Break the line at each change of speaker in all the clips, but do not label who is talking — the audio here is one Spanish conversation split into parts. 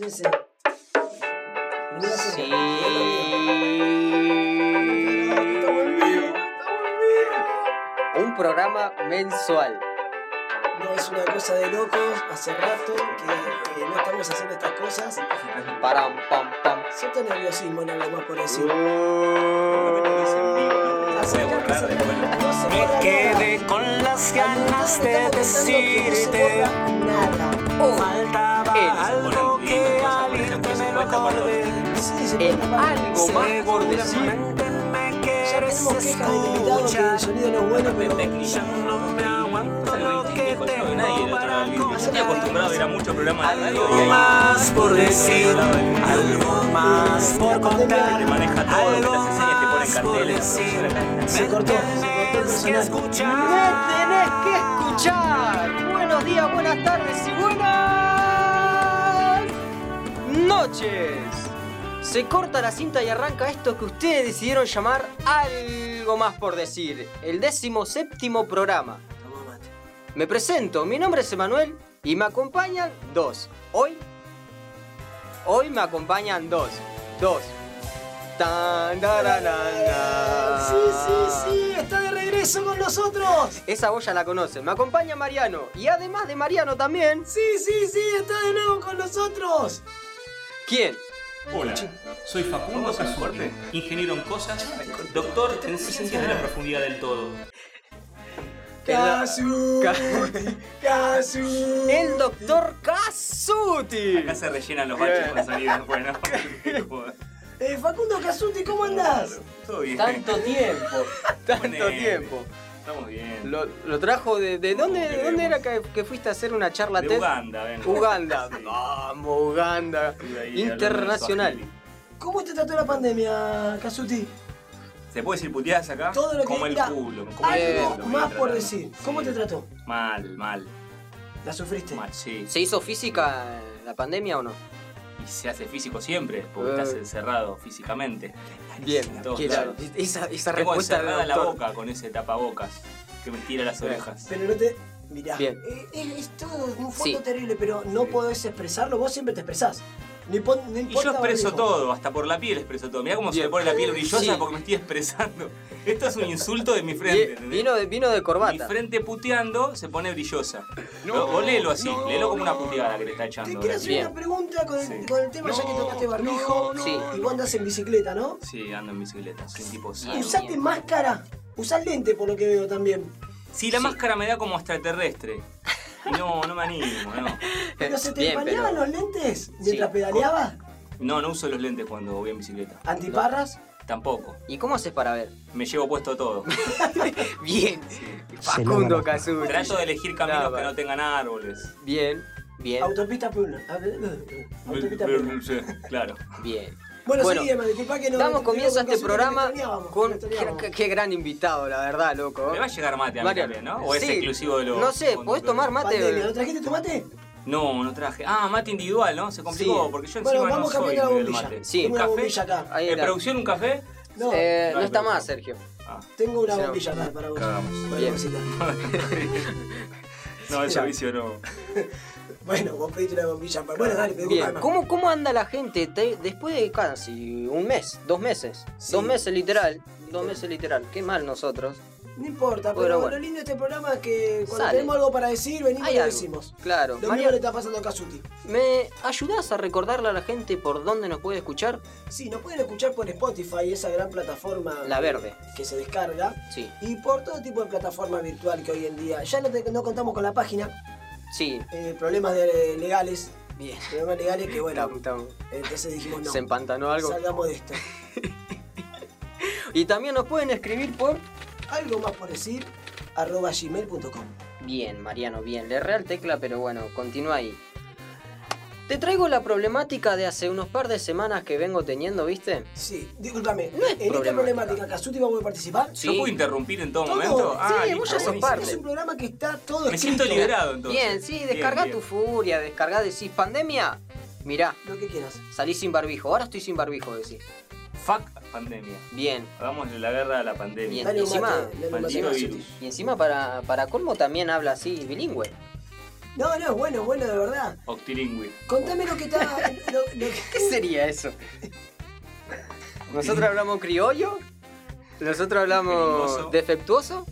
Ese. Mira,
Sí.
señor. Estamos en vivo, estamos en vivo.
Un programa mensual.
No, es una cosa de locos. Hace rato que, que no estamos haciendo estas cosas.
Param, pam, pam.
Siento nerviosismo nada más por decir.
eh, Me quedé con las ganas de decirte
Eh,
Faltaba algo que al irte me lo acordé
En algo más por decir.
Seguramente me
Ya
quieres
tenemos quejas de invitados que
escuchar
el sonido no es bueno, pero
Ya no me aguanto lo que tengo para
Estoy acostumbrado a ir a muchos programas de radio
Algo
y ahí
más por decir, algo más por contar,
te maneja todo lo que
algo
las enseñas, te ponen
más por
carteles.
decir.
Se cortó, se cortó el
Tienes que
personaje.
escuchar.
tenés que escuchar. Buenos días, buenas tardes y buenas noches. Se corta la cinta y arranca esto que ustedes decidieron llamar algo más por decir. El décimo séptimo programa.
Toma mate.
Me presento, mi nombre es Emanuel y me acompañan dos. Hoy, hoy me acompañan dos. Dos. Tan, dararana.
Sí, sí, sí, está de regreso con nosotros.
Esa voz ya la conocen. Me acompaña Mariano y además de Mariano también.
Sí, sí, sí, está de nuevo con nosotros.
¿Quién?
Hola, soy Facundo Casuarte, ingeniero en cosas, doctor en ciencias de la profundidad del todo.
El,
Casu, Casu.
el doctor Casuti.
Acá se rellenan los baches con sonidos buenos.
Eh, Facundo Casuti, ¿cómo andás?
Todo bien.
Tanto tiempo. Tanto
Ponele.
tiempo.
Estamos bien.
Lo, lo trajo de, de dónde,
Como queremos.
dónde era que, que fuiste a hacer una charla
De
TED?
Uganda, ven.
Uganda.
Sí.
Vamos, Uganda.
Estuve ahí hablando
Internacional.
de Swahili.
¿Cómo te trató la pandemia, Casuti?
¿Se puede decir puteadas acá?
Todo lo que
como el
diga,
culo. Como el
Algo
culo, me
más por
trataron.
decir. ¿Cómo
Sí.
te trató?
Mal, mal.
¿La sufriste?
Mal, sí.
¿Se hizo física la pandemia o no?
Y se hace físico siempre, porque estás
Eh.
encerrado físicamente.
Bien.
En todos
que la-
lados.
esa esa
Tengo
respuesta del
encerrada la
doctor. Eh.
boca con ese tapabocas que me tira las
Bien.
orejas.
Pero no te. Mirá,
Bien.
eh, es, es todo un fondo
Sí.
terrible, pero no
Sí.
podés expresarlo, vos siempre te expresás. No, impo- no
Y yo
importa.
expreso
barbijo.
todo, hasta por la piel expreso todo. Mirá cómo se
Bien.
me pone la piel brillosa
Sí.
porque me estoy expresando. Esto es un insulto de mi frente.
Vi-
¿entendés?
Vino de, vino de
Mi
corbata.
frente puteando se pone brillosa.
No,
No, o léelo así,
no,
léelo como una
no.
puteada que le está
Te
echando.
quiero hacer
Bien.
una pregunta con el,
Sí.
con el tema ya que tocaste barbijo.
no, Sí.
y vos andás en bicicleta, ¿no?
Sí, ando en bicicleta, soy un tipo sano.
Usa-
Usaste máscara. Usás lente por lo que veo también.
Eh,
Sí, la
Sí.
máscara me da como extraterrestre. Y no, no me animo, no.
Pero se te
Bien,
empañaban
pero-
los lentes mientras
Sí.
pedaleabas.
No, no uso los lentes cuando voy en bicicleta.
Antiparras.
Tampoco.
¿Y cómo haces para ver?
Me llevo puesto todo.
Bien.
Se lava
Facundo
la-
Casuti.
Trato de elegir caminos
Nada.
que no tengan árboles.
Bien, bien,
Autopista Pluna. Autopista Pluna.
Sí, Claro.
bien.
Bueno,
Bueno,
sí, Emma, disculpa que no.
Damos
te-
comienzo a
te-
este
te-
programa
te extrañábamos,
con...
te extrañábamos.
Qué, qué gran invitado, la verdad, loco.
Me va a llegar mate a mí
Mariano.
también, ¿no? O es
Sí,
exclusivo de los.
No sé, ¿podés
conductores?
tomar mate?
Pandemia, ¿no trajiste tu mate?
No, no traje. Ah, mate individual, ¿no? Se complicó,
Sí.
porque yo encima
Bueno, vamos
no soy
cambiando la
del
bombilla.
mate.
Sí.
Tengo
¿Un
una
café?
bombilla acá.
Ahí
¿En
era.
producción un café?
No,
Eh,
no
no
hay
está
problema.
más, Sergio.
Ah,
tengo una
no.
bombilla acá para vos.
cagamos.
Bueno,
Bien.
cosita.
No, ese vicio no.
Bueno, vos pediste una bombilla. para- Bueno, dale, pedí
Bien, ¿cómo, cómo anda la gente te- después de casi un mes, dos meses?
Sí.
Dos meses literal, dos meses literal. Qué mal nosotros.
No importa,
Bueno,
pero
bueno.
lo lindo de este programa es que cuando
Sale.
tenemos algo para decir, venimos y
Hay
lo
algo.
decimos.
Claro.
Lo mismo
Mariano,
le está pasando a Kazuti.
¿me ayudás a recordarle a la gente por dónde nos puede escuchar?
Sí, nos pueden escuchar por Spotify, esa gran plataforma
La verde,
que se descarga.
sí.
Y por todo tipo de plataforma virtual que hoy en día. Ya no, te- no contamos con la página,
Sí,
eh, problemas de- legales.
bien.
Problemas legales que
Tam,
bueno,
tam.
entonces dijimos no.
Se empantanó algo.
Salgamos de esto.
Y también nos pueden escribir por...
Algo más por decir, arroba gmail.com.
Bien, Mariano, bien. Le erré al tecla, pero bueno, continúa ahí. Te traigo la problemática de hace unos par de semanas que vengo teniendo, ¿viste?
Sí, discúlpame.
No es
en esta
problemática.
problemática, Kazuti va a poder participar.
Sí.
¿Yo puedo interrumpir en todo
Todo.
momento?
Sí,
Ah, vos ya
listo,
sos
buenísimo.
parte.
Es un programa que está todo
Me
escrito.
siento liberado entonces.
Bien, sí, descarga
bien.
tu furia, descarga, decís, pandemia. Mirá,
Lo que quieras.
salí sin barbijo, ahora estoy sin barbijo, decís.
Fuck pandemia.
Bien.
Hagamos la guerra a la pandemia.
Bien.
Dale un
encima,
mate, dale un mate,
Maldito
Kazuti.
virus.
Y encima para, para colmo también habla así, bilingüe.
No, no, es bueno, es bueno de verdad.
Octilingüe.
Contame lo que está. Lo, lo que-
¿Qué sería eso? Nosotros hablamos criollo, nosotros
Peligroso.
hablamos defectuoso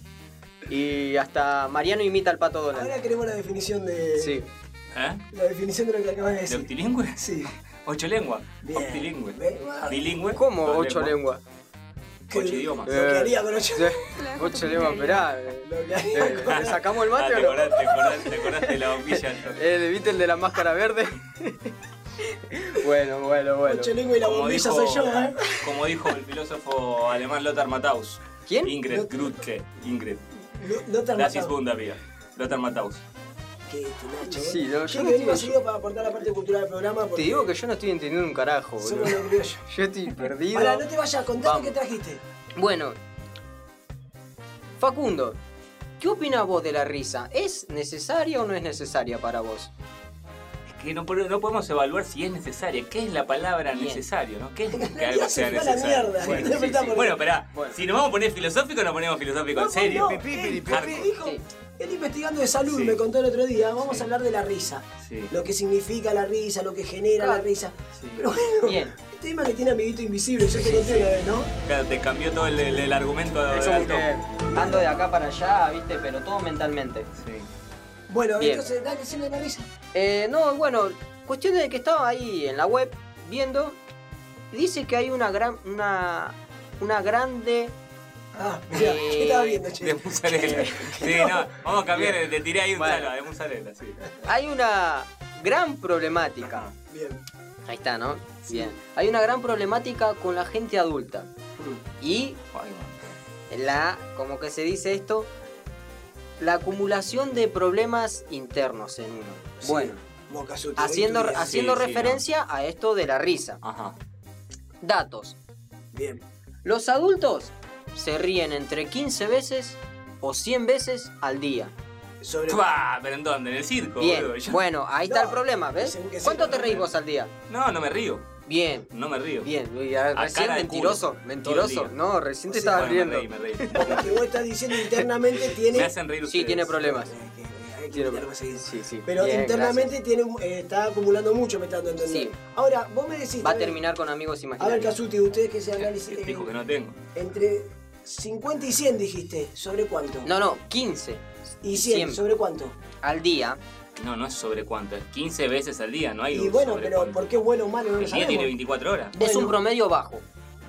y hasta Mariano imita al pato Donald.
Ahora queremos la definición de.
Sí.
¿Eh?
La definición de lo que acabas de
¿De
decir.
octilingüe?
Sí.
Ocho lenguas.
Bien.
Octilingüe.
Ve- ah,
Bilingüe.
¿Cómo
dos
ocho lenguas?
que-
Ocho idiomas.
Lo que haría con ocho.
Sí. Ocho lenguas, esperá.
Lo que haría
Eh,
con-
¿le ¿Sacamos el
Ah,
mate
te
o no?
acordás, te acordás, te acordás de la bombilla. entonces.
El Beatle de la máscara verde. bueno, bueno, bueno.
Ocho lenguas y la
Como
bombilla
dijo,
soy yo, ¿eh?
como dijo el filósofo alemán Lothar Matthaus.
¿Quién?
Ingrid
Lothar.
Grutke. Ingrid.
No- No te has
Das ist
matado.
Bundavia. Lothar Matthaus.
¿Qué, este, Nacho?
Sí, no, yo
Yo
no
que vengo
estoy-
seguido para aportar la parte cultural del programa.
Te
porque
digo que yo no estoy entendiendo un carajo, boludo.
Somos los criollos.
Yo estoy perdido.
Ahora, no te vayas, contame
Vamos.
qué trajiste.
Bueno, Facundo, ¿qué opinas vos de la risa? ¿Es necesaria o no es necesaria para vos?
Es que no, pod- no podemos evaluar si es necesaria. ¿Qué es la palabra
Bien.
necesario? ¿no? ¿Qué es que
Ya
algo
se
sea
fue a la
necesario?
mierda.
Bueno,
No
sí,
está
sí.
por-
Bueno, esperá.
Bueno.
Si nos vamos a poner filosófico, nos ponemos filosófico en
Vamos,
serio.
no,
Pipi,
él-
pipi.
dijo-
Sí.
Él investigando de salud
Sí.
me contó el otro día, vamos
Sí.
a hablar de la risa.
Sí.
Lo que significa la risa, lo que genera
Claro.
la risa.
Sí.
Pero bueno,
Bien.
el tema que tiene amiguito invisible, yo te conté una vez, ¿no?
Claro, te cambió todo el, el- el argumento de
Es
de
como
alto.
que ando de acá para allá, viste, pero todo mentalmente.
Sí.
Bueno,
Bien.
entonces, dale, siempre la risa.
Eh, no, bueno, cuestión de que estaba ahí en la web viendo, y dice que hay una gran, una, una grande,
Ah, mira,
Eh,
¿qué estaba viendo, che?
De mozzarella. Sí, no, vamos a cambiar, te tiré ahí un
Bueno.
talo de mozzarella, sí.
hay una gran problemática.
Bien.
Ahí está, ¿no? Bien. Hay una gran problemática con la gente adulta y
Ay, man.
la, como que se dice esto, la acumulación de problemas internos en uno. Bueno,
Mocasuto,
haciendo,
hoy tu día.
haciendo
sí,
referencia a esto de la risa.
Ajá.
Datos.
Bien.
Los adultos se ríen entre 15 veces o 100 veces al día.
Sobre.
Tuá, ¿Pero en dónde? ¿En el circo?
Bien,
boludo? Yo-
bueno, ahí está
No,
el problema, ¿ves?
dicen que sí,
¿Cuánto
no,
te
no,
reís
no.
vos al día?
No, no me río.
Bien,
No me río.
bien. y a-
A
Recién
cara de culo.
mentiroso,
Todo
mentiroso.
el día.
No, recién te
O sea,
estabas
Bueno, me
riendo.
reí, me reí.
Lo que vos estás diciendo internamente tiene.
Me hacen reír ustedes.
Sí, tiene problemas.
Hay que- eh, hay que
Tiene
meterlo así.
Sí, sí.
Pero
Bien,
internamente tiene, un- eh, está acumulando mucho, me está dando a entender.
Sí.
Ahora, vos me decís.
gracias. Va a
ver,
terminar con
A
amigos
ver,
imaginarios.
Casuti, ustedes que se
Te
análisis. eh,
Dijo que no tengo.
Entre 50 y 100 dijiste. ¿Sobre cuánto?
No, no, 15
y 100,
100.
¿sobre cuánto?
al día.
No, no es sobre cuánto. Es 15 veces al día, no hay
Y
un
bueno,
sobre
pero
cuánto.
¿por qué bueno o malo no lo
El día tiene
sabemos?
24 horas.
Es un
Bueno.
promedio bajo.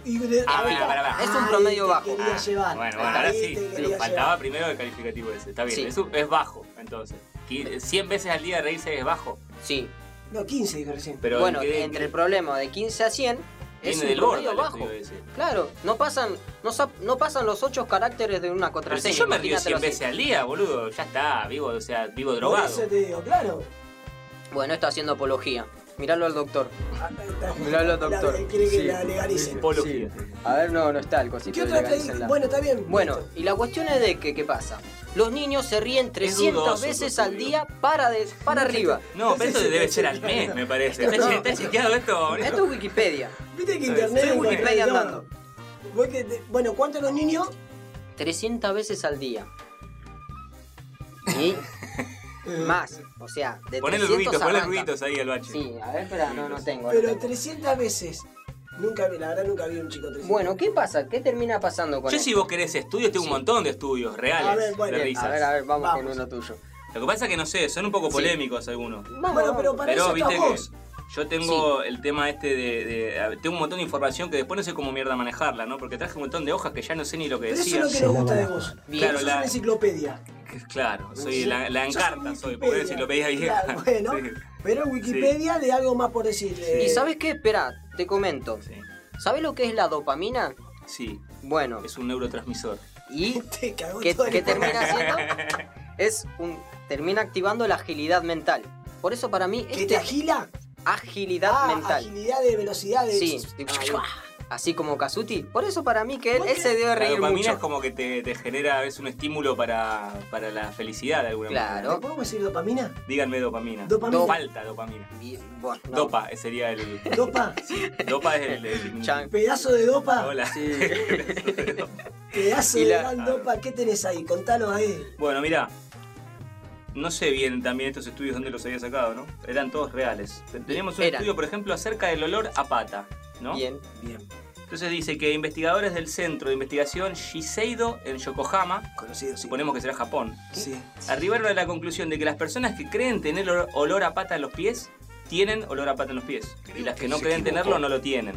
Y de-
Ah,
ahí
pará,
está.
pará, pará. Ah.
Es un
Ahí
promedio
te
bajo.
quería llevar.
Bueno, bueno, ahora
Ahí
sí.
te
Pero
quería
Faltaba primero el calificativo ese. Está bien,
Sí.
es, un- es bajo, entonces. Qui- 100 veces al día reírse es bajo.
Sí.
llevar. No, 15 dije recién.
Pero
bueno,
el que-
entre el problema de 15 a 100 es
Viene
un
del
promedio
borde,
bajo. Claro, no pasan, no, sa- no pasan los ocho caracteres de una
Pero
contraseña.
si yo me río
imagínatelo
100
así.
veces al día, boludo, ya está, vivo, o sea, vivo
Por
drogado.
eso te digo, claro.
Bueno, está haciendo apología. Míralo al doctor.
Ah, está-
Míralo al
la-
doctor.
Quiere que
Sí.
la legalicen.
Apología.
A ver, no, no está el cosito.
¿Qué
de
otra
legalícenla.
te Bueno, está bien.
Bueno,
listo.
y la cuestión es de que, ¿qué pasa? Los niños se ríen 300
dudoso tu
veces al
estudio.
día para, de- para arriba.
No, pero
Sí,
eso
sí,
debe
sí,
ser
sí,
al
sí.
mes, me parece.
No.
¿Está, che- está chequeado esto, boludo?
Esto es Wikipedia.
Viste que
Sí,
internet.
sí,
es
Wikipedia
todo.
andando.
Vos que te- Bueno, ¿cuánto los niños?
300 veces al día. Y más. O sea, de
Ponele
300
ruiditos, ponele
arranca.
ruiditos ahí al bache.
Sí, a ver, espera, no, no tengo. no
Pero
tengo.
300 veces. Nunca vi, la verdad nunca vi un chico 300.
Bueno, ¿qué pasa? ¿Qué termina pasando con
Yo
esto?
si vos querés estudios, tengo
Sí.
un montón de estudios reales
A ver, bueno,
de
bien,
risas.
A ver, a ver, vamos,
Vamos.
con uno tuyo.
Lo que pasa es que no sé, son un poco
Sí.
polémicos algunos.
Vamos,
Bueno, pero
vamos.
para
Pero
eso
viste
estás
que
vos.
yo tengo el tema este de, de- a ver, Tengo un montón de información que después no sé cómo mierda manejarla, ¿no? Porque traje un montón de hojas que ya no sé ni lo que
Pero eso
decía.
es lo que nos gusta de vos.
Bien.
Sos
Claro, la-
una enciclopedia.
Claro, soy la, la
Sos
encarta,
un
soy, porque una enciclopedia vieja.
Claro, bueno,
Sí.
pero Wikipedia de algo más por decirle.
¿Y sabes qué? Espera, te comento.
Sí.
¿Sabes lo que es la dopamina?
Sí,
Bueno,
es un neurotransmisor.
y
Te cagó
que,
toda la
que termina
información.
haciendo es un termina activando la agilidad mental. Por eso para mí
¿Que
este
te agila?
agilidad
Ah,
mental.
agilidad de velocidad de...
Sí, tipo, así como Kazuti. Por eso para mí que él,
¿Por
él
qué?
se debe
La
reír
dopamina
mucho.
es como que te, te genera es un estímulo para, para la felicidad de alguna manera.
Claro.
¿Le podemos decir dopamina?
Díganme dopamina.
Dopamina.
Falta dopamina.
Bien, bueno, no.
Dopa eh, sería el.
Dopa.
Dopa es el. el-
Chan.
Pedazo de dopa.
Hola.
Sí.
Pedazo
Y
de
la-
gran dopa. ¿Qué tenés ahí? Contanos ahí.
Bueno, mira, No sé bien también estos estudios dónde los había sacado, ¿no? Eran todos reales. Teníamos un
Eran.
estudio, por ejemplo, acerca del olor a pata, ¿no?
Bien.
Bien,
Entonces dice que investigadores del Centro de Investigación Shiseido en Yokohama,
conocido, sí.
suponemos que será Japón,
Sí.
arribaron a la conclusión de que las personas que creen tener olor- olor a pata en los pies tienen olor a pata en los pies. y
Creo
las que,
que
no
se
creen
equivocó.
tenerlo no lo tienen.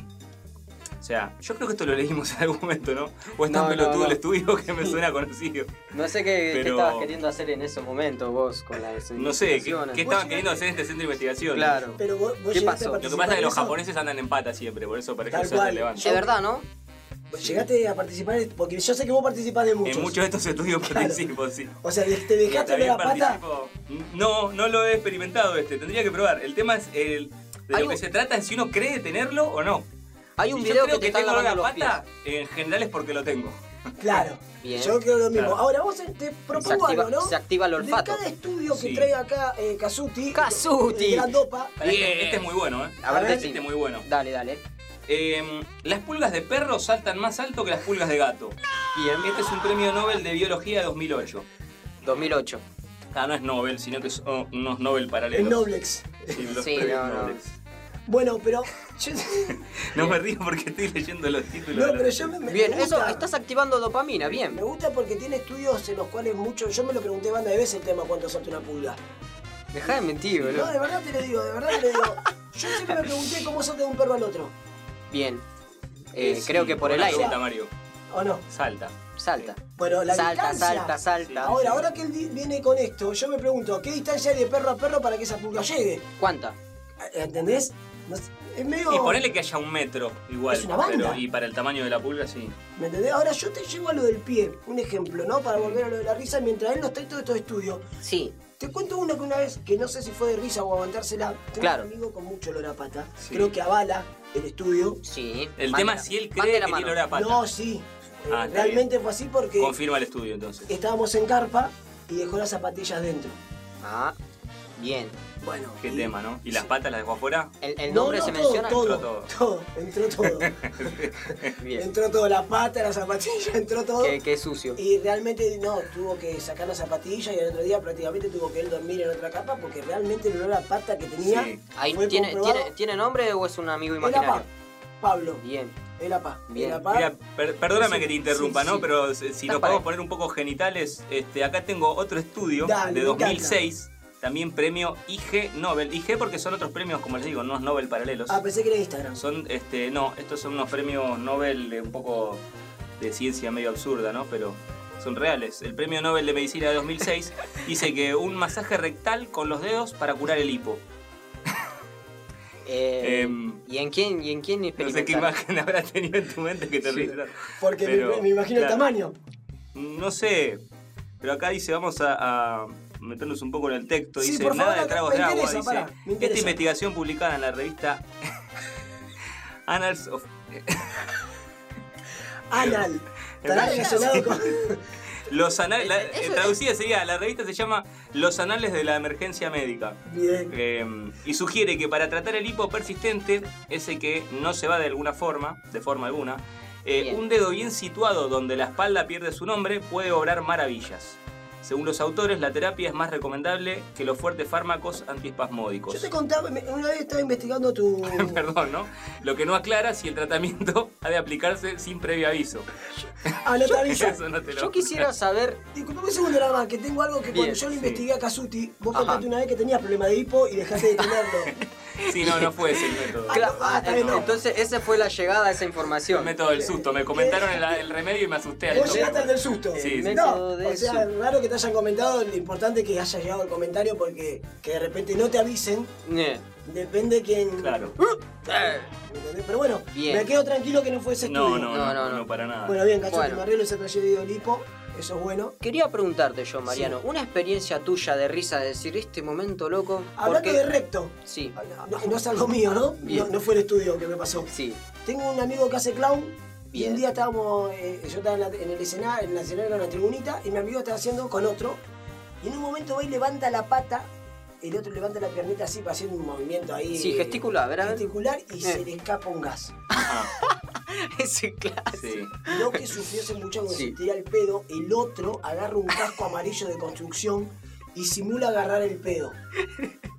O sea, yo creo que esto lo leímos en algún momento, ¿no? O es
No,
tan
no,
pelotudo
no.
el estudio que me suena conocido.
No sé qué, qué
Pero-
estabas queriendo hacer en ese momento vos con la
No sé, ¿qué, qué
investigaciones.
estaban queriendo hacer en este centro de investigación?
Claro.
Pero vos, vos
¿Qué
llegaste
pasó?
a
Lo
Lo que
participar
pasa es que
en
los
eso.
japoneses andan en pata siempre, por eso parece
Tal
que eso es
cual.
relevante.
Es verdad, ¿no?
Vos Llegaste a participar, porque yo sé que vos participás de muchos.
En muchos de estos estudios participo, sí.
O sea, de- te
Y
dejaste ver
también
la pata.
participo. No, no lo he experimentado este, tendría que probar. El tema es el. De
Hay
lo que
un-
se trata es si uno cree tenerlo o no.
Hay un
Si
video
yo creo
que te
que,
están
tengo la
lavando los
pata, en general es porque lo tengo.
Claro.
Bien.
Yo creo lo mismo.
Claro.
Ahora vos te
Se
propongo
activa,
algo, ¿no?
se activa el
de
olfato.
cada estudio que
Sí.
traiga acá eh, Casuti.
Casuti.
el Grandopa.
Pará,
Bien. Ah.
Este, este es muy bueno, ¿eh?
A ver,
este
decime.
es muy bueno.
Dale, dale.
Eh, las pulgas de perro saltan más alto que las pulgas de gato.
Bien.
Este es un premio Nobel de Biología de 2008.
2008.
Ah, no es Nobel, sino que son unos Nobel
El
paralelos.
Noblex.
Sí, los
Sí,
premios
no, no.
Nobel.
Bueno, pero yo,
No me río porque estoy leyendo los títulos.
no,
de los-
pero yo me, me
Bien,
gusta,
eso, estás activando dopamina, bien.
me gusta porque tiene estudios en los cuales muchos, yo me lo pregunté banda de veces el tema cuánto salta una pulga.
Dejá de mentir,
No,
boludo.
de verdad te lo digo, de verdad te lo digo. Yo siempre me pregunté cómo salta de un perro al otro.
Bien. Eh,
Sí,
creo que por el
buena
aire.
pregunta, Mario.
¿O no?
Salta.
Salta.
Bueno, la
Salta,
distancia.
salta, salta.
Ahora, ahora que él vi- viene con esto, yo me pregunto, ¿qué distancia hay de perro a perro para que esa pulga llegue?
¿Cuánta?
¿Entendés? No sé, es medio.
Y ponele que haya un metro igual.
Es una banda.
Pero, y para el tamaño de la pulga, sí.
¿Me entendés? Ahora yo te llevo a lo del pie, un ejemplo, ¿no? Para volver a lo de la risa, mientras él nos trae todos estos estudios.
Sí.
Te cuento uno que una vez, que no sé si fue de risa o aguantársela, tengo
Claro.
un amigo con mucho olor a pata,
Sí.
creo que avala el estudio.
Sí.
El
Mande
tema
la-
es si él
mande
cree
la
que
mano.
tiene olor a pata.
No, sí. Eh,
Ah, está
Realmente fue así porque
Confirma el estudio entonces.
estábamos en carpa y dejó las zapatillas dentro.
Ah, bien.
Bueno.
Qué
y-
tema, ¿no? ¿Y las patas las dejó afuera?
¿El, el
No,
nombre
no,
se
todo,
menciona?
Todo,
Entró
todo, entró todo.
Bien.
entró todo, la pata, la zapatilla, entró todo.
Qué, qué sucio.
Y realmente no, tuvo que sacar la zapatilla y el otro día prácticamente tuvo que él dormir en otra capa porque realmente el olor a pata que tenía
Sí.
Ahí
fue
tiene,
comprobado.
tiene, ¿Tiene nombre o es un amigo
Era Pa,
imaginario?
Pablo,
Bien.
era Pa,
Bien.
era Pa.
Mira, per- perdóname
Sí,
que te interrumpa,
sí,
¿no?
sí.
Pero si- si
Está para
nos podemos
ahí.
poner un poco genitales, este, acá tengo otro estudio
Dale,
de
me
2006, también premio IG Nobel. IG porque son otros premios, como les digo, no es Nobel paralelos.
Ah, pensé que era Instagram.
Son, este, no, estos son unos premios Nobel de un poco de ciencia medio absurda, ¿no? Pero son reales. El premio Nobel de Medicina de 2006 dice que un masaje rectal con los dedos para curar el hipo.
Eh,
Em,
¿Y en quién, y en quién
no sé qué
experimentaron?
imagen habrás tenido en tu mente que te
Sí.
ríes.
Porque me-
pero,
me, imagino
claro.
el tamaño.
No sé, pero acá dice, vamos a, a meternos un poco en el texto.
Sí,
Dice,
por favor,
nada de
acá
tragos
me
de agua.
interesa,
Dice,
pará, me
esta
interesa.
investigación publicada en la revista Annals of
Anal. Estará relacionado con.
Los anales, la-
Eso
eh,
es-
traducida sería, la revista se llama Los Anales de la Emergencia Médica.
Bien.
Eh, y sugiere que para tratar el hipo persistente, ese que no se va de alguna forma, de forma alguna, eh,
Bien.
un dedo bien situado donde la espalda pierde su nombre puede obrar maravillas. Según los autores, la terapia es más recomendable que los fuertes fármacos
Yo
antiespasmódicos.
te contaba, me- una vez estaba investigando tu.
Perdón, ¿no? Lo que no aclara si el tratamiento ha de aplicarse sin previo aviso.
Ah, no te aviso.
Eso no te lo...
Yo quisiera saber
Disculpame un segundo nada más, que tengo algo que cuando
Bien,
yo lo
sí.
investigué a Casuti, vos
Ajá.
contaste una vez que tenías problema de hipo y dejaste de tenerlo.
Sí, no, no fue ese el método.
Ah,
Claro,
no, ah, está bien, no.
entonces esa fue la llegada a esa
El
información.
método del susto. Me comentaron el, el remedio y me asusté. al
Vos
toque.
llegaste al del susto.
Sí, sí.
No,
Método
o
del
sea,
susto.
raro que te hayan comentado, lo importante es que haya llegado el comentario porque que de repente no te avisen,
Eh,
depende quién.
Claro.
eh,
¿me entendés? Pero bueno,
Bien.
me quedo tranquilo que no fue ese
No,
estudio.
no,
No,
no,
no,
no,
no.
para nada.
Bueno, bien, Casuti,
Ah, Bueno.
me arreglo ese taller de lipo, eso es bueno.
Quería preguntarte yo, Mariano, una experiencia tuya de risa, de decir este momento loco.
Hablando de recto,
Sí,
no, no es algo mío, ¿no?
Bien.
¿no? No fue el estudio que me pasó.
sí,
Tengo un amigo que hace clown. Y
Bien.
un día estábamos, eh, yo estaba en, la- en el escenario, en la escenario, en la tribunita, y mi amigo estaba haciendo con otro. Y en un momento va y levanta la pata, el otro levanta la piernita así, para hacer un movimiento ahí.
sí,
eh,
gesticula, ¿verdad?
Gesticular y
Eh.
se le escapa un gas.
Ah.
Ese clásico.
Sí.
Lo que sufrió ese muchacho cuando
Sí.
se tira el pedo, el otro agarra un casco amarillo de construcción y simula agarrar el pedo.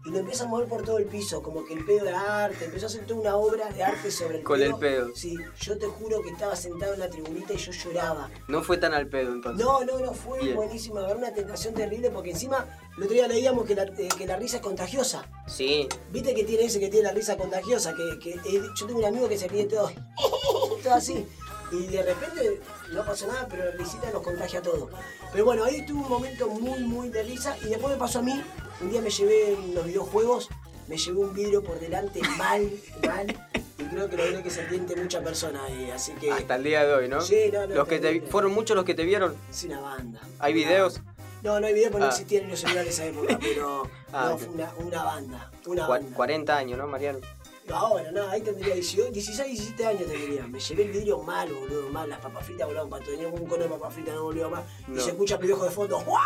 Y lo empieza a mover por todo el piso, como que el pedo era arte. Empezó a hacer toda una obra de arte sobre el
Con
pedo.
el pedo.
Sí, yo te juro que estaba sentado en la tribunita y yo lloraba.
No fue tan al pedo entonces.
No, no, no, fue
Ah. Bien.
buenísimo. Agarró una tentación terrible porque encima el otro día leíamos que la, eh, que la risa es contagiosa.
Sí.
¿Viste que tiene ese que tiene la risa contagiosa? Que, que, eh, yo tengo un amigo que se ríe todo, todo así. Y de repente no pasa nada, pero la risita nos contagia a todos. Pero bueno, ahí tuve un momento muy, muy de risa. Y después me pasó a mí, un día me llevé en los videojuegos, me llevé un vidrio por delante mal, mal. Y creo que logré que se entiende mucha persona ahí. Así que
Hasta el día de hoy, ¿no?
Sí, no, no,
Los que te vi-
terrible.
fueron muchos los que te vieron.
es una banda.
Hay
Una
videos.
No, no hay video porque
Ah.
no existían en los celulares en esa época, pero
Ah,
no,
ok.
fue una, una banda. Una
Cua-
banda.
40 años, ¿no, Mariano?
No, ahora, no, ahí tendría 18, 16, 17 años tendría. Me llevé el vidrio mal, boludo, mal. Las papas fritas volaban para tenía un cono de papas fritas, no volvió más.
No.
Y se escucha piojo de fondo. ¡guau,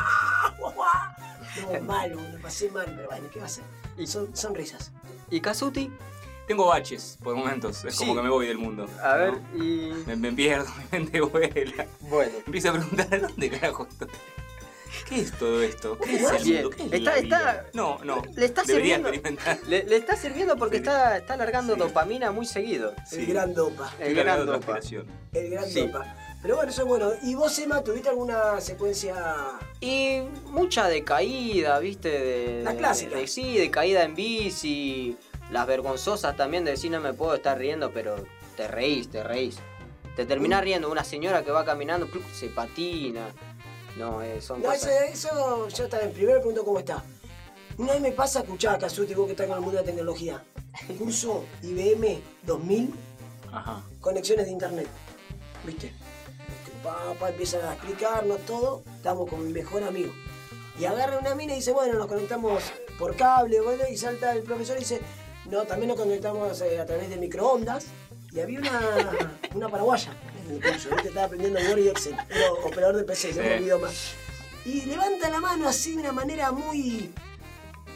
guau, guau! No, mal, boludo, pasé mal, pero bueno, ¿qué va a hacer?
Y-
Son, son risas.
¿Y Kazuti?
Tengo baches por momentos, es como
Sí.
que me voy del mundo.
A ver,
¿no?
y.
Me, me pierdo, mi mente vuela.
Bueno.
Empiezo a preguntar, ¿dónde carajo estoy? ¿Qué es todo esto? ¿Qué es el
Bien.
mundo? ¿Qué es
Está-
la vida?
está-
No, no.
le está
Debería
sirviendo.
experimentar.
Le, le está sirviendo porque
Sí.
está, está alargando
Sí.
dopamina muy seguido.
Sí.
El gran dopa,
El
Estoy
gran
cargado de
dopa.
transpiración.
el gran
Sí.
dopa. Pero bueno, son buenos. ¿Y vos, Emma, tuviste alguna secuencia?
Y mucha de caída, viste, de.
Las clásicas.
de- sí, de caída en bici. Las vergonzosas también de decir no me puedo estar riendo, pero te reís, te reís. Te
Mm.
terminás riendo, una señora que va caminando, ¡pluc! se patina. No, eh, son
No, eso,
cosas.
Ah, eso yo también. Primero le pregunto cómo está. Una vez me pasa, escuchá, Kazuti, vos que estás con el mundo de la tecnología. Curso IBM 2000
Ajá.
conexiones de internet. ¿Viste? Este, Papá empiezan a explicarnos todo, estamos con mi mejor amigo. Y agarra una mina y dice, bueno, nos conectamos por cable, bueno, y salta el profesor y dice, no, también nos conectamos eh, a través de microondas. Y había una, una paraguaya en el curso, ¿viste? estaba aprendiendo Word y Excel, era operador de PC, no me
Sí.
olvido más. Y levanta la mano así de una manera muy,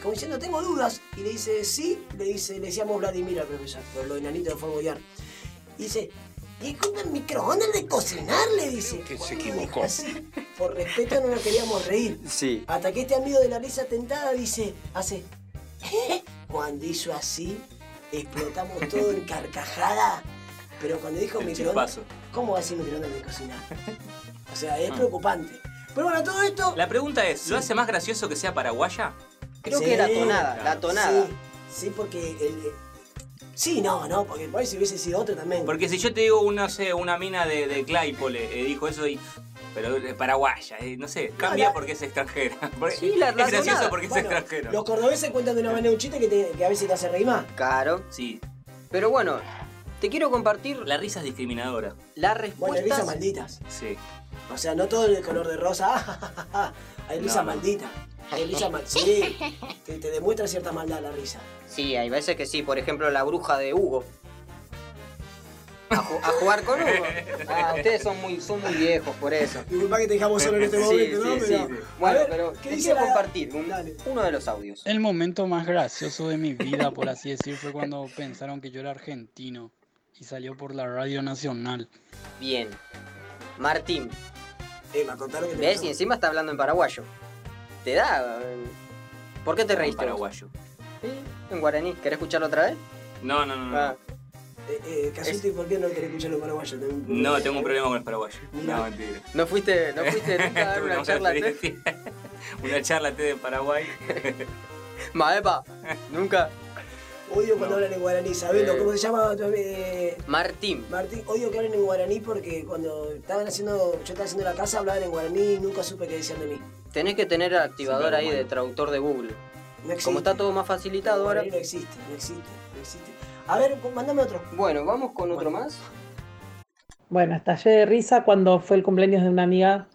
como diciendo, tengo dudas. Y le dice, sí, le dice, le decíamos Vladimir al profesor, por lo enanito de Fort Boyard. Y dice, disculpe el microondas de cocinar, le dice.
que se
Bueno,
equivocó.
así, por respeto no nos queríamos reír.
Sí.
Hasta que este amigo de la risa tentada dice, hace. ¿eh? Cuando hizo así, explotamos todo en carcajada. Pero cuando dijo
El
microondas,
chispazo.
¿cómo va a decir microondas de cocinar? O sea, es preocupante. Pero bueno, todo esto.
La pregunta es, ¿lo hace más gracioso que sea paraguaya?
Creo
Sí.
que era tonada, la tonada.
Sí, sí, porque. El, eh, sí, no, no, porque por ahí si hubiese sido otro también.
Porque si yo te digo, una, no sé, una mina de, de Claypole eh, dijo eso y... Pero eh, paraguaya, eh, no sé, cambia
la-
porque es extranjera. Porque-
Sí, la- la
es gracioso
tonada.
porque es
Bueno,
extranjero.
Los cordobeses cuentan de una manera un chiste que, te- que a veces te hace reír más.
Claro.
Sí,
Pero bueno, te quiero compartir
la risa es discriminadora.
las
Bueno, hay
respuestas.
risas malditas.
Sí.
O sea, no todo el color de rosa. ah, ja, ja, ja. hay
No,
risas
no.
malditas. Hay risas malditas. Sí, te, te demuestra cierta maldad la risa.
Sí, hay veces que sí, por ejemplo la bruja de Hugo. A, ju- a jugar con Hugo. Ah, ustedes son muy, son muy viejos por eso.
Disculpa que te dejamos solo en este
Sí,
momento,
sí,
¿no?
sí.
Pero-
Bueno,
A ver,
pero
¿qué
te
dice
quiero
la-
compartir un-
Dale.
uno de los audios.
Eh.
El momento más gracioso de mi vida, por así decir, fue cuando pensaron que yo era argentino y salió por la radio nacional.
Bien. Martín,
Eh, me contaron que te
¿ves?
pasó.
Y encima está hablando en paraguayo. Te da. eh, ¿Por qué te reíste? vos?
Paraguayo.
Sí, en guaraní. ¿Querés escucharlo otra vez?
No, no, no. No,
Ah,
Eh, eh, Casuti, ¿por qué no querés escuchar los paraguayos?
No, tengo un problema con el paraguayo.
Mira.
No, mentira.
no fuiste, no fuiste nunca a dar
Tuve
una charla. de-
experiencia- una charla TED en Paraguay.
Maepa, nunca.
Odio cuando
No.
hablan en guaraní, ¿sabés?
Eh.
¿Cómo se llama? tu- eh,
Martín,
Martín, odio que hablen en guaraní porque cuando estaban haciendo, yo estaba haciendo la casa, hablaban en guaraní y nunca supe qué decían de mí.
tenés que tener el activador
Siempre
ahí de
humano.
traductor de Google.
No existe.
Como está todo más facilitado ahora.
Guaraní No existe, no existe, no existe. A ver, mandame otro.
Bueno, vamos con otro más.
Bueno, estallé de risa cuando fue el cumpleaños de una amiga,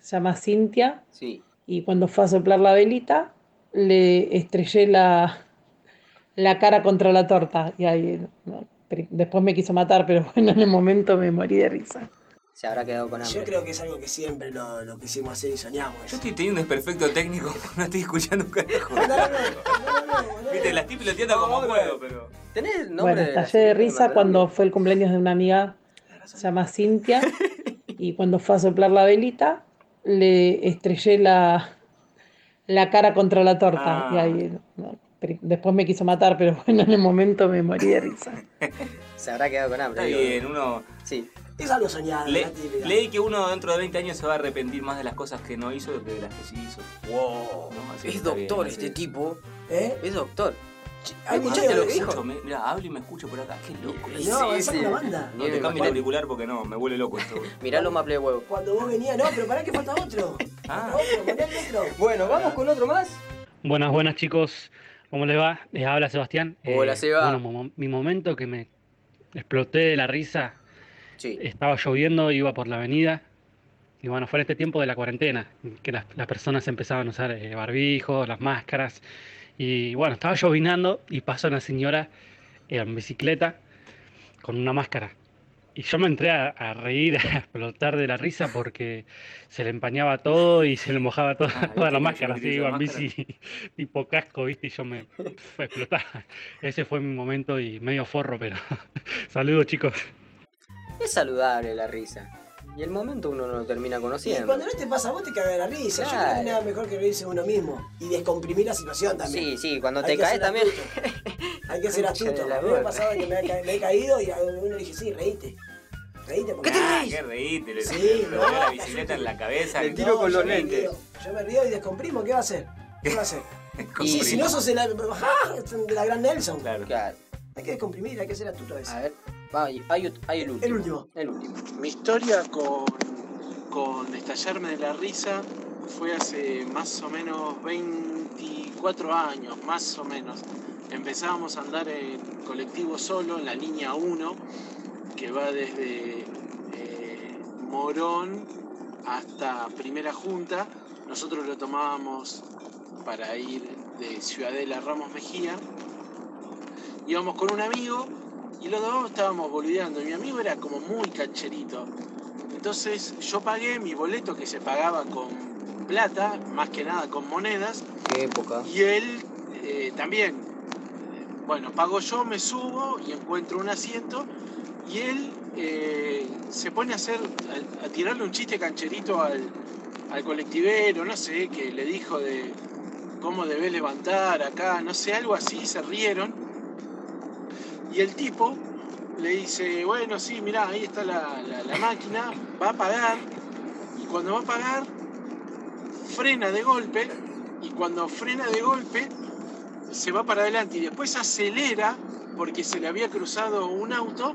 se llama Cintia,
Sí.
y cuando fue a soplar la velita, le estrellé la, la cara contra la torta. Y ahí, no, pero después me quiso matar, pero bueno, en el momento me morí de risa.
Se habrá quedado con
Yo
hambre.
creo que es algo que siempre lo, lo quisimos hacer y soñamos.
Yo estoy teniendo un desperfecto técnico, no estoy escuchando un carajo.
No, no, no, no, no, no, no.
Viste, la estoy piloteando como puedo, pero.
¿Tenés el nombre
Bueno,
de la
estallé de
señora que
risa
me
cuando
mandó?
fue el cumpleaños de una amiga, se llama Cintia, y cuando fue a soplar la velita, le estrellé la, la cara contra la
Ah.
torta. Y ahí, no, pero después me quiso matar, pero bueno, en el momento me morí de risa.
Se habrá quedado con hambre.
Está
digo.
bien, uno.
Sí.
Es algo soñado,
le-
la típica. ¿Eh?
leí que uno dentro de 20 años se va a arrepentir más de las cosas que no hizo que de las que sí hizo.
Wow.
No, así
Oh, es
está
doctor
bien,
este
así.
tipo.
¿Eh?
Es doctor. Che,
Hay
¿Escuchaste
muchas
lo que
veces,
dijo?
Escucho, me- mirá, hablo y me escucho por acá. Qué loco.
No,
Sí,
es
sí.
una banda.
No te
Bien,
cambie el
Juan.
auricular porque no, me vuelve loco esto. boludo.
Mirá lo maple de huevo.
Cuando vos venías, no, pero pará que falta otro.
Ah.
Otro, poné el otro.
Bueno, vamos con otro más.
Buenas, buenas chicos. ¿Cómo les va? Les habla Sebastián. Eh,
Hola, Seba.
Bueno, mo- mi momento que me exploté de la risa.
Sí.
Estaba lloviendo, iba por la avenida. Y bueno, fue en este tiempo de la cuarentena, que las, las personas empezaban a usar eh, barbijos, las máscaras. Y bueno, estaba llovinando y pasó una señora en bicicleta con una máscara. Y yo me entré a, a reír, a explotar de la risa porque se le empañaba todo y se le mojaba toda,
Ah,
toda
¿viste?
la
Yo me
máscara, así
utilizo
iba en
máscara.
bici tipo casco, viste, y yo me fue a explotar. Ese fue mi momento y medio forro, pero saludos chicos.
Es saludable la risa. Y el momento uno no lo termina
Sí,
conociendo.
cuando no te pasa a vos te cagas de la risa. Yo creo que
Claro.
nada mejor que reírse de uno mismo y descomprimir la situación también.
Sí, sí, cuando
Hay
te
que
caes
ser
también.
astuto. Hay que ser
Concha de
astuto.
la
A mí me
gorra.
pasaba que me, ha ca- me he caído y a uno le dije, sí, reíte. Reíte porque.
¿Qué te
Ah,
reís?
qué reíte, le
Sí,
le
no,
volvió la
cayó.
bicicleta en la cabeza.
Le
que-
tiro con
yo
los
me
lentes.
río. Yo me río y descomprimo, ¿qué va a hacer? ¿Qué va a hacer?
con
Y
Y
su-
si no sos el, ¡Ah! la gran Nelson.
Claro.
Claro.
Hay que descomprimir, hay que ser astuto a veces.
Ah,
A ver. Va, hay, hay ot- hay el último.
El último.
El último.
Mi historia con, con estallarme de la risa fue hace más o menos 24 años, más o menos. Empezábamos a andar en colectivo solo, en la línea 1, que va desde eh, Morón hasta Primera Junta. Nosotros lo tomábamos para ir de Ciudadela a Ramos Mejía. Íbamos con un amigo y los dos estábamos boludeando. y Mi amigo era como muy cancherito. Entonces yo pagué mi boleto que se pagaba con plata, más que nada con monedas,
Qué época.
y él eh, también. Bueno, pago yo, me subo y encuentro un asiento y él eh, se pone a hacer, a, a tirarle un chiste cancherito al, al colectivero, no sé, que le dijo de cómo debes levantar acá, no sé, algo así, se rieron. Y el tipo le dice, bueno, sí, mirá, ahí está la, la- la máquina, va a pagar, y cuando va a pagar, frena de golpe, y cuando frena de golpe, se va para adelante, y después acelera, porque se le había cruzado un auto,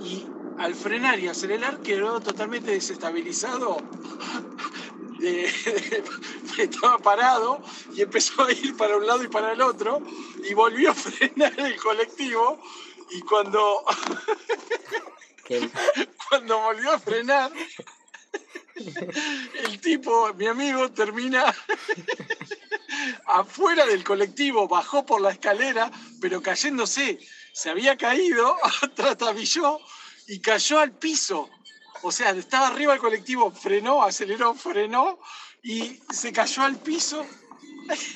y al frenar y acelerar quedó totalmente desestabilizado. de- estaba parado y empezó a ir para un lado y para el otro y volvió a frenar el colectivo y cuando,
Qué-
cuando volvió a frenar, el tipo, mi amigo, termina afuera del colectivo, bajó por la escalera, pero cayéndose, se había caído, tratavilló y cayó al piso. O sea, estaba arriba del colectivo, frenó, aceleró, frenó y se cayó al piso.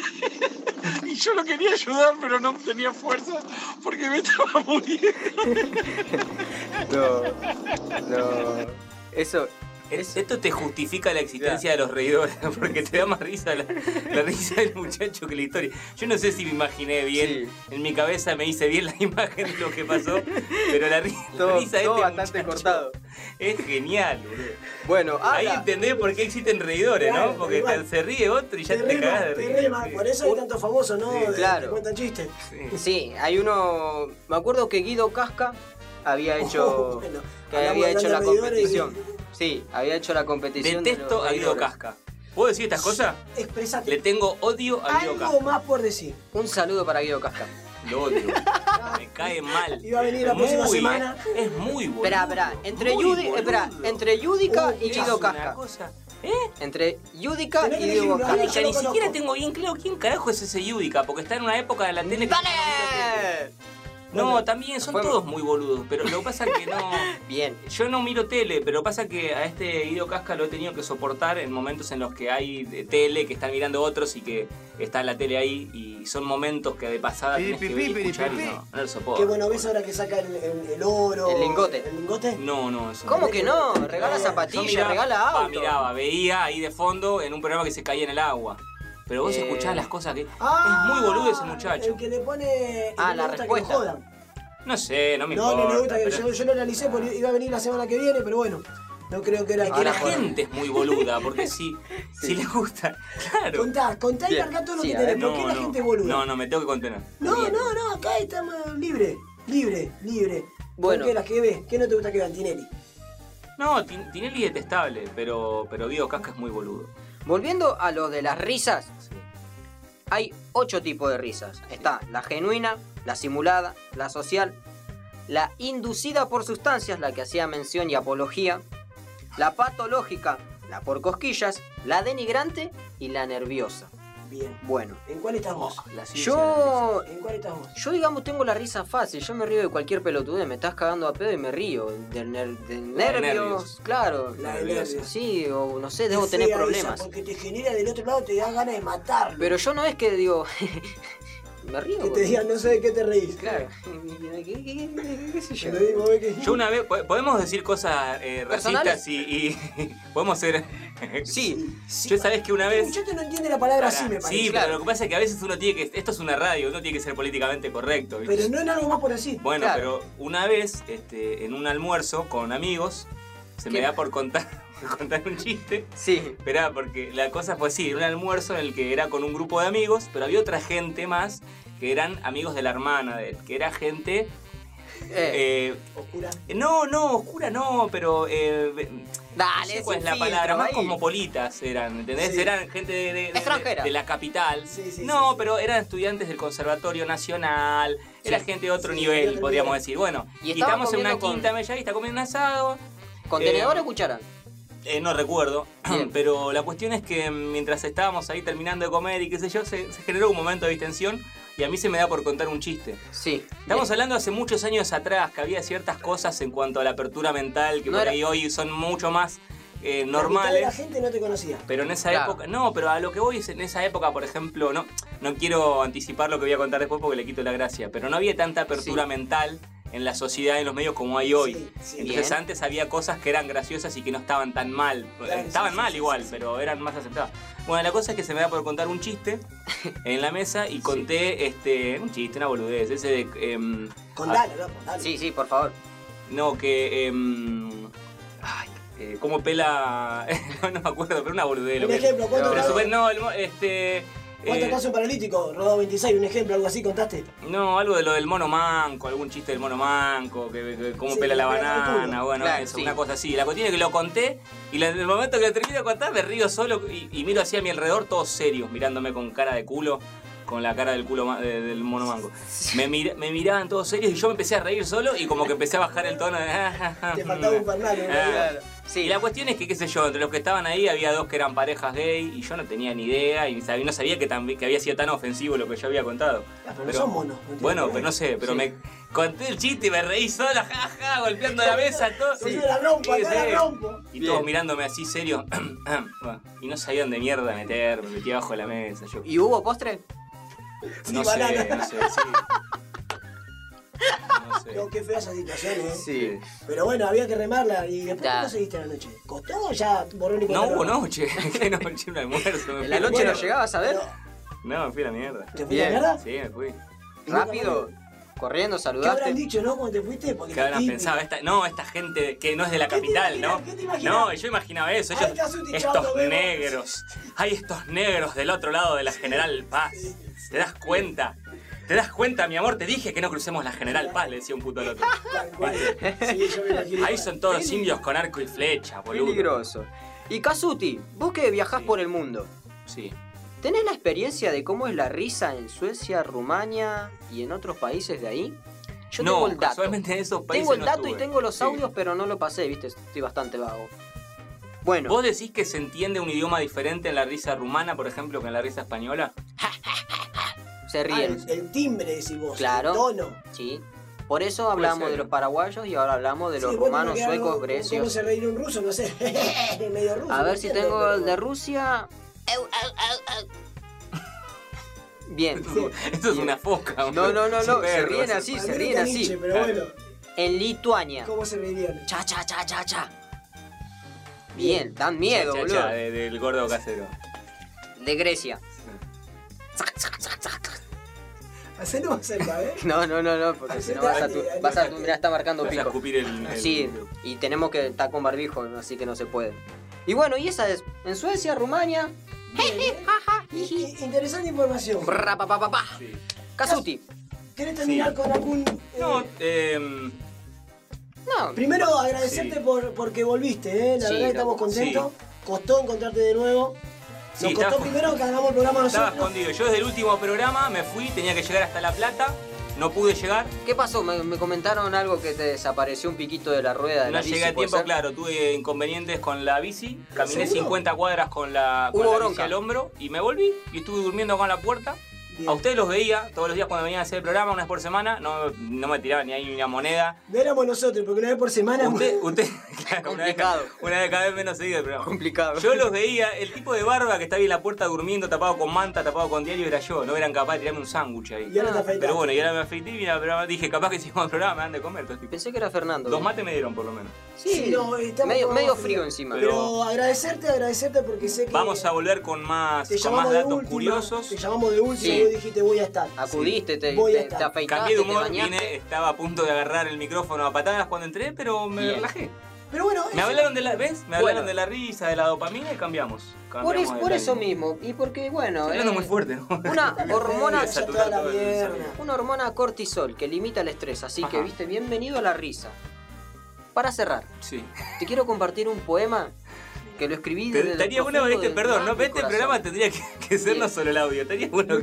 y yo lo quería ayudar, pero no tenía fuerza porque me estaba muriendo.
No. No. Eso.
Es- Esto te justifica la existencia de los reidores, porque te da más risa la, la risa del muchacho que la historia. Yo no sé si me imaginé bien, en mi cabeza me hice bien la imagen de lo que pasó, pero la, ri- la
Todo,
risa de
todo
este
bastante
muchacho
cortado.
es genial, boludo.
Bueno,
Ahí
habla.
entendés por qué existen reidores,
Claro,
¿no? Porque
igual.
te- se ríe otro y ya
Te
te,
rema,
cagás de
te
risa.
rema,
Sí.
por eso hay tantos famosos, ¿no?
Sí,
De-
claro.
Que cuentan chistes.
Sí.
Sí, hay uno. Me acuerdo que Guido Casca había hecho.
Bueno,
que
hablamos
había
de
hecho la
grandes medidores y-
competición. Sí, había hecho la competición. de
Detesto
los
a Guido
reidores.
Casca. ¿Puedo decir estas cosas?
Expresate.
Le tengo odio a Guido
Algo
Casca.
más por decir.
Un saludo para Guido Casca.
Lo odio. Me cae mal.
Iba a venir la
Muy-
próxima semana.
Es muy bueno.
Esperá, esperá. Entre, Judy, esperá, entre Judica
Uh,
y Guido Casca. Entre Judica
Tenés que
y
elegir
Guido
una.
Casca.
Yo lo
ni
conozco.
siquiera tengo bien claro quién carajo es ese Yudica, porque está en una época de la tele. que-
¡Dale!
No, también son
Fue-
todos muy boludos, pero lo que pasa que no.
Bien.
Yo no miro tele, pero pasa que a este Guido Casca lo he tenido que soportar en momentos en los que hay de tele, que están mirando otros y que está la tele ahí y son momentos que de pasada tienes que ver y escuchar y no, no lo soporto.
Qué bueno, ¿ves ahora que saca el, el- el oro?
El lingote.
¿El lingote?
No, no, eso.
¿Cómo que no? Regala
No, yo
zapatillas,
miraba-
regala
ah,
auto.
miraba, veía ahí de fondo en un programa que se caía en el agua. Pero vos
Eh.
escuchás las cosas que.
Ah,
es muy boludo ese muchacho.
El que le pone. el
Ah,
que le
la
gusta
respuesta.
Que lo jodan.
No sé, no me
No,
importa.
no le gusta. que-
pero-
Yo, yo lo analicé porque iba a venir la semana que viene, pero bueno. No creo que era.
Es que
Ahora
la
por-
gente es muy boluda, porque si, si le gusta. Claro.
Contá, contá y
Bien,
largá todo lo
sí,
que
a
tenés.
ver.
¿Por qué la gente es boluda?
No, no, me tengo que contener.
No,
Bien.
no, no, acá estamos libre, libre, libre.
Bueno.
¿Por qué las que ves? ¿Qué no te gusta que vean Tinelli?
No, Tin- Tinelli es detestable, pero, pero Guido Casca es muy boludo.
Volviendo a lo de las risas,
Sí.
hay ocho tipos de risas. Está la genuina, la simulada, la social, la inducida por sustancias, la que hacía mención y apología, la patológica, la por cosquillas, la denigrante y la nerviosa.
Bien.
Bueno,
¿En cuál estás vos?
La ciencia de
yo
¿En cuál estás vos?
Oh. Yo, digamos, tengo la risa fácil. Yo me río de cualquier pelotudez. Me estás cagando a pedo y me río. Del, ner- del
La de
nervios,
nervios.
claro.
La de
nerviosa.
nervios.
Sí, o no sé, debo
Es
tener
fea esa,
problemas.
Porque te genera del otro lado, te da ganas de matarlo.
Pero yo no es que digo. me río.
que te
boludo.
digan, no sé de qué te reís.
Claro. ¿Qué, qué- qué- qué- qué sé yo?
Te lo digo, ve que-
risa. Yo una vez, po- podemos decir cosas eh, racistas
¿Personales?
y, y- podemos ser...
Sí, sí.
Yo sabés que una
El
vez...
muchacho no entiende la palabra sí, me parece.
sí,
claro.
pero lo que pasa es que a veces uno tiene que... Esto es una radio, uno tiene que ser políticamente correcto. ¿viste?
Pero no en algo más por así.
Bueno,
Claro.
pero una vez, este, en un almuerzo con amigos, se me
¿Qué?
da por contar, por contar un chiste.
Sí.
Esperá, porque la cosa fue así, era un almuerzo en el que era con un grupo de amigos, pero había otra gente más que eran amigos de la hermana de él, que era gente...
Eh,
eh,
Oscura.
no, no, oscura no, pero... eh,
Ah,
no
dale,
sé
es
cuál es
un
la
filtro
palabra, más
ahí.
cosmopolitas eran, ¿entendés?
Sí.
Eran gente de, de- de-
Extranjera.
de la capital.
Sí, sí,
no,
sí, sí.
pero eran estudiantes del Conservatorio Nacional, era
Sí.
gente de otro
Sí, de
nivel,
otro
podríamos
nivel.
decir. Bueno,
Y
y,
estaban
estamos en una
comiendo con-
quinta mellarista comiendo un asado,
¿Contenedor
Eh,
o cuchara?
eh, no recuerdo,
Bien.
pero la cuestión es que mm, mientras estábamos ahí terminando de comer y qué sé yo, se, se generó un momento de distensión y a mí se me da por contar un chiste.
Sí.
Estamos
Eh,
hablando hace muchos años atrás que había ciertas cosas en cuanto a la apertura mental que
No
por
era-
ahí hoy son mucho más eh,
La mitad de
normales.
La gente no te conocía.
Pero en esa
Claro.
época, no, pero a lo que voy es en esa época, por ejemplo, no, no quiero anticipar lo que voy a contar después porque le quito la gracia, pero no había tanta apertura
Sí.
mental en la sociedad, en los medios como hay hoy.
Sí, sí.
Entonces
Bien.
antes había cosas que eran graciosas y que no estaban tan mal.
Claro,
estaban
sí, sí,
mal
sí,
igual,
sí, sí.
pero eran más aceptadas. Bueno, la cosa es que se me da por contar un chiste en la mesa y conté este un chiste, una boludez, ese de em,
Contalo, loco, dale.
Ah, Sí, sí, por favor.
no, que. em, ay, eh, ¿Cómo pela.? no, no me acuerdo, pero una boludez. lo
Un
que-
ejemplo, ¿cuánto,
Pero
Claro.
super- no, el mo- este.
¿cuánto
eh,
caso paralítico? Rodado 26, un ejemplo, algo así contaste.
no, algo de lo del mono manco, algún chiste del mono manco, que, que- cómo
Sí,
pela la
que pela con el
banana,
culo.
bueno,
Claro,
eso,
sí.
una cosa así. La cuestión es que lo conté y la- en el momento que lo termino de contar me río solo y, y miro hacia mi alrededor, todos serios, mirándome con cara de culo, con la cara del culo ma- de- del mono manco. Me, mir- me miraban todos serios y yo me empecé a reír solo y como que empecé a bajar el tono de.
Ah,
Te faltaba un parnal.
eh,
¿no?
Ah. Y
Sí.
la cuestión es que, qué sé yo, entre los que estaban ahí había dos que eran parejas gay y yo no tenía ni idea y sab- no sabía que, tan- que había sido tan ofensivo lo que yo había contado.
Ah, pero no
Pero-
son monos. ¿no?
Bueno, pero no sé, pero
Sí.
me conté el chiste y me reí sola, jaja, golpeando la mesa, todo.
Yo la rompo,
Sí,
acá
sí.
la rompo.
Y todos mirándome así serio. Bueno, y no sabía dónde mierda meter, me metí abajo de la mesa. Yo,
¿Y hubo postre?
Sí,
no, sé, no sé,
banana.
sí. No sé.
No, qué fea esa situación, ¿eh?
Sí.
Pero bueno, había que remarla y después
Ya.
¿cómo seguiste la noche? ¿Costó o ya borrón y
No
cuenta
hubo
nueva?
noche, que no noche un almuerzo. me
En
fui a
la noche
mierda.
no llegabas a ver.
No, me fui a la mierda.
¿Te fuiste a la
Bien.
mierda?
Sí, me fui.
Rápido, corriendo,
¿Qué habrán
saludaste.
dicho, no? Cuando te fuiste, porque
¿Qué habrán
típico.
pensado? Esta, no, esta gente que no es de la
¿Qué te
capital,
imaginas?
¿no?
¿Qué te imaginas?
No, yo imaginaba eso.
Ahí
ellos-
está Suti, chao, nos
estos
vemos.
negros. Hay estos negros del otro lado de la General Paz. ¿Te das cuenta? ¿Te das cuenta, mi amor? Te dije que no crucemos la General Paz, le decía un puto al otro.
Tal cual. Sí, yo me imagino.
Ahí son todos indios con arco y flecha, boludo.
Peligroso. Y Kazuti, vos que viajás
Sí.
por el mundo,
Sí.
¿tenés la experiencia de cómo es la risa en Suecia, Rumania y en otros países de ahí? Yo tengo el
No,
dato.
casualmente en esos países
Tengo el
no
dato y
estuve.
tengo los
Sí.
audios, pero no lo pasé, viste, estoy bastante vago. Bueno,
¿Vos decís que se entiende un idioma diferente en la risa rumana, por ejemplo, que en la risa española?
se
Ah,
ríen.
el, el timbre, decís vos.
Claro.
El tono.
Sí. Por eso hablamos
eh, ser.
de los paraguayos y ahora hablamos de los
Sí, bueno,
rumanos,
me quedaron-
suecos,
¿Cómo
grecios.
se reír un ruso? No sé. medio ruso.
A
no
ver si
entiendo,
tengo
pero-
el de Rusia. Au, au, au, au. Bien.
Esto es una foca,
No, no, no,
Es
no,
un
se
perro,
ríen
es un
así,
Para
se
mí
ríen
era
así.
Nietzsche, Pero
Claro.
bueno,
En Lituania.
¿cómo se reirían?
Cha, cha, cha, cha, cha. Bien, dan miedo,
Cha, cha,
boludo.
cha, de- del gordo casero.
De Grecia.
Hacelo más cerca, ¿eh?
No, no, no, no, porque si no vas a tu. Vas a tu mirá, está marcando
Vas a
pico.
escupir el. el-
Sí, y tenemos que estar con barbijo, así que no se puede. Y bueno, y esa es. En Suecia, Rumania.
Bien, ¿eh? I- Interesante información.
Ra, pa, pa, pa, pa.
sí.
Casuti.
¿Querés terminar
Sí.
con algún.? eh,
No, eh,
No,
Primero agradecerte
Sí.
por, porque volviste, ¿eh? la
Sí,
verdad que estamos
no,
contentos. Costó encontrarte de nuevo. Nos
Sí,
costó
estaba-
primero que hagamos el programa
estaba
nosotros.
escondido. Yo desde el último programa me fui, tenía que llegar hasta La Plata, no pude llegar.
¿qué pasó? Me, me comentaron algo que te desapareció un piquito de la rueda de
No
la bici,
llegué a
¿puede
tiempo,
ser?
claro, tuve inconvenientes con la bici, caminé
¿Seguro?
50 cuadras con la, con
Hubo
la bici
bronca.
al hombro y me volví y estuve durmiendo acá en la puerta.
Bien.
A ustedes los veía todos los días cuando venían a hacer el programa, una vez por semana, no, no me tiraban ni ahí ni una moneda.
No éramos nosotros, porque una vez por semana.
Usted, usted, claro, una vez,
Complicado.
una vez cada vez menos seguido el programa.
Complicado.
Yo los veía, el tipo de barba que estaba ahí en la puerta durmiendo, tapado con manta, tapado con diario, era yo. No eran capaces de tirarme un sándwich ahí.
Y ahora te afeitaste.
Pero bueno, y ahora me afeité y mira, pero dije, capaz que si hicimos el programa, me dan de comer. todo tipo.
Pensé que era Fernando.
Dos
¿eh?
mates me dieron por lo menos.
Sí, no, estamos
medio,
con-
medio frío encima.
Pero, agradecerte, agradecerte porque sé que.
Vamos a volver con más,
te
con
llamamos
más
de
datos
última,
curiosos.
Te llamamos de último
Sí.
y vos dijiste voy a estar.
Acudiste, te,
Voy a
te,
estar.
te afeitaste,
Cambié de
te
humor,
bañaste.
vine, estaba a punto de agarrar el micrófono a patadas cuando entré, pero me
Bien.
relajé.
Pero bueno,
Me
eso-
hablaron de la, ¿ves? Me hablaron
Bueno.
de la risa, de la dopamina y cambiamos.
Por,
cambiamos
es-
el
por eso
ánimo.
mismo. Y porque, bueno.
Estoy hablando
eh,
muy fuerte, ¿no?
Una hormona,
Ya toda la
todo el
mierda.
una hormona cortisol que limita el estrés. Así que,
Ajá.
viste, bienvenido a la risa. Para cerrar,
Sí.
te quiero compartir un poema que lo escribí
Te-
desde lo
Estaría bueno,
profundo
este,
de
perdón,
mi
¿no? Este
corazón.
programa tendría que, que ser no
Bien.
solo el audio, estaría bueno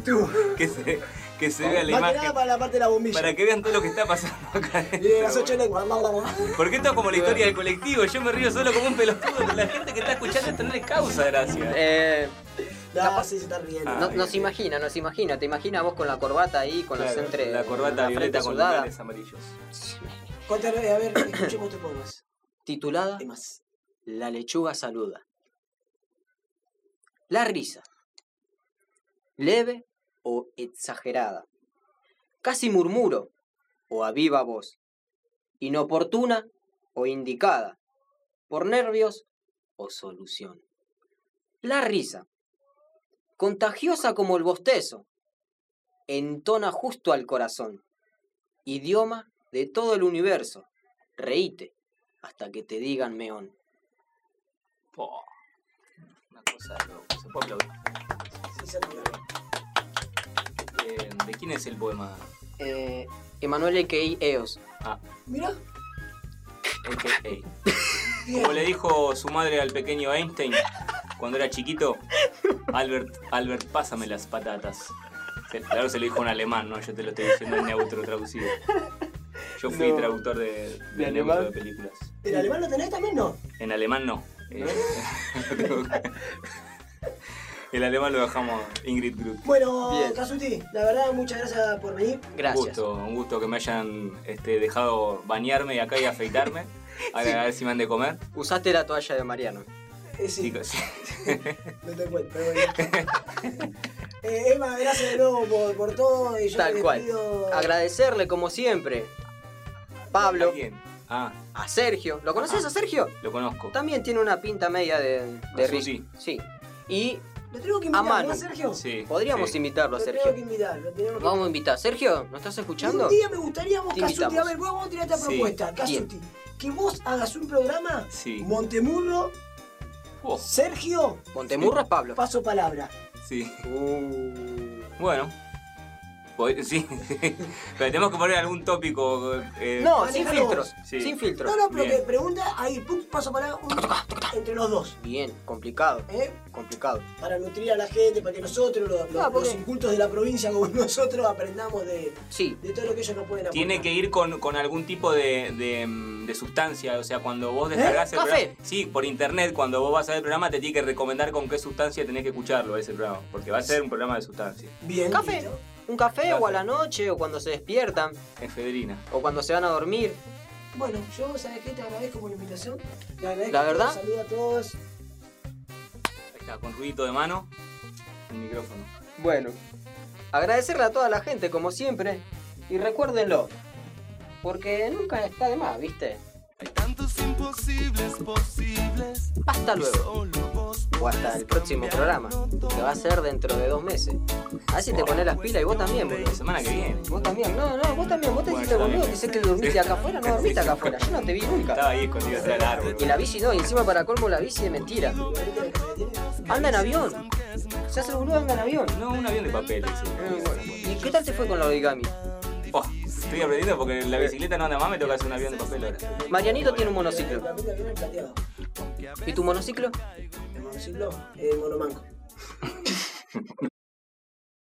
que se, que se vea la
Más que nada
imagen.
para la parte de la bombilla.
Para que vean todo lo que está pasando acá.
Y de las ocho lenguas. bla, bla, bla.
Porque esto es como la historia del colectivo, yo me río solo como un pelotudo, pero la gente que está escuchando tendré causa, gracias.
Eh,
No, sí, se está riendo.
Ah,
no,
bien,
nos
bien.
imagina, nos imagina. Te imagina vos con la corbata ahí, con los entre.
la corbata
la
violeta
frente
con
sudada.
lunares amarillos.
Contanos, a ver, escuchemos tu poema.
Titulada
Temas.
La lechuga saluda. La risa. Leve o exagerada. Casi murmuro o a viva voz. Inoportuna o indicada. Por nervios o solución. La risa. Contagiosa como el bostezo. Entona justo al corazón. Idioma de todo el universo. Reíte hasta que te digan meón.
Po, Una cosa de loco, se puede aplaudir.
Sí, se está riendo.
Eh, ¿De quién es el poema?
Eh, Emanuel E.K.I. Eos.
Mirá,
AKA.
bien.
Como le dijo su madre al pequeño Einstein cuando era chiquito, Albert, Albert, pásame las patatas. Se- Claro, se lo dijo en alemán, ¿no? Yo te lo estoy diciendo en neutro traducido. Yo fui
No.
traductor de, de
¿De
neutro
alemán?
de películas.
¿El alemán lo tenés también? No.
En alemán no. Eh, el alemán lo dejamos a Ingrid Groot.
Bueno,
Bien.
Casuti, la verdad, muchas gracias por venir.
Un
Gracias.
gusto, un gusto que me hayan este, dejado bañarme y acá y afeitarme. A ver, a ver si me han de comer.
Usaste la toalla de Mariano.
Eh, sí,
Chicos,
no te cuento, pero bueno. Eh, Emma, gracias de nuevo por, por todo. Y yo
Tal
te
cual.
despido.
Agradecerle, como siempre, Pablo,
¿Quién? Ah,
a Sergio. ¿Lo conoces
Ajá.
a Sergio?
lo conozco.
También tiene una pinta media de, de
Ah,
ri-
sí.
Sí. Y
Lo tengo que invitar,
A Manu.
¿no, Sergio?
Sí,
podríamos
sí.
invitarlo
Lo
a
tengo que
Sergio.
invitar, lo tengo que
Vamos a invitar. Sergio, ¿nos estás escuchando?
Un día me gustaría vos,
Te
Casuti, a
invitamos.
ver, vos vamos a tirar esta
Sí,
propuesta, Casuti. Que vos hagas un programa,
Sí.
Montemurro,
Oh,
Sergio,
Montemurro es Pablo.
paso palabra.
sí.
Uh.
Bueno. Pod- Sí, sí. Pero tenemos que poner algún tópico. eh,
No,
manejalo
sin
vos.
filtros.
Sí.
Sin
No,
filtros.
no, pero
Bien.
que pregunta ahí, pum, paso palabra, un- entre los dos,
Bien, complicado,
¿eh?
complicado.
Para nutrir a la gente, para que nosotros, los, los-
Ah, porque-
los incultos de la provincia como nosotros, aprendamos de,
Sí,
de todo lo que ellos nos pueden aportar.
Tiene que ir con, con algún tipo de, de, mm, de sustancia, o sea, cuando vos descargás
¿Eh?
el
Café.
programa... Sí, por internet, cuando vos vas a ver el programa te tiene que recomendar con qué sustancia tenés que escucharlo ese programa, porque va a ser un programa de sustancia.
Bien.
Café.
listo.
un café o a
Café.
la noche o cuando se despiertan
Efedrina.
o cuando se van a dormir.
Bueno, yo, ¿sabes qué? Te agradezco por la invitación. Te agradezco.
La verdad.
Saludos a todos.
Ahí está, con ruidito de mano, el micrófono.
Bueno, agradecerle a toda la gente como siempre y recuérdenlo, porque nunca está de más, ¿viste?
Hay tantos imposibles posibles.
Hasta luego. O hasta el próximo programa, que va a ser dentro de dos meses. Así te pones las pilas y vos también, boludo. La
semana que viene.
Vos también, no, no, vos también. Vos te hiciste
está
boludo,
bien.
que sé que dormiste acá afuera, no dormiste acá afuera. Yo no te vi nunca.
Estaba ahí escondido detrás del árbol.
Y la bici no, y encima para colmo la bici es mentira. Anda en avión. Se hace el boludo, anda en avión.
No, un avión de papel. ese.
¿Y qué tal te fue con la origami?
Oh, estoy aprendiendo porque en la bicicleta no anda más, me toca hacer un avión de papel ahora.
Marianito tiene un monociclo. ¿Y tu monociclo?
El monociclo, el eh, monomanco.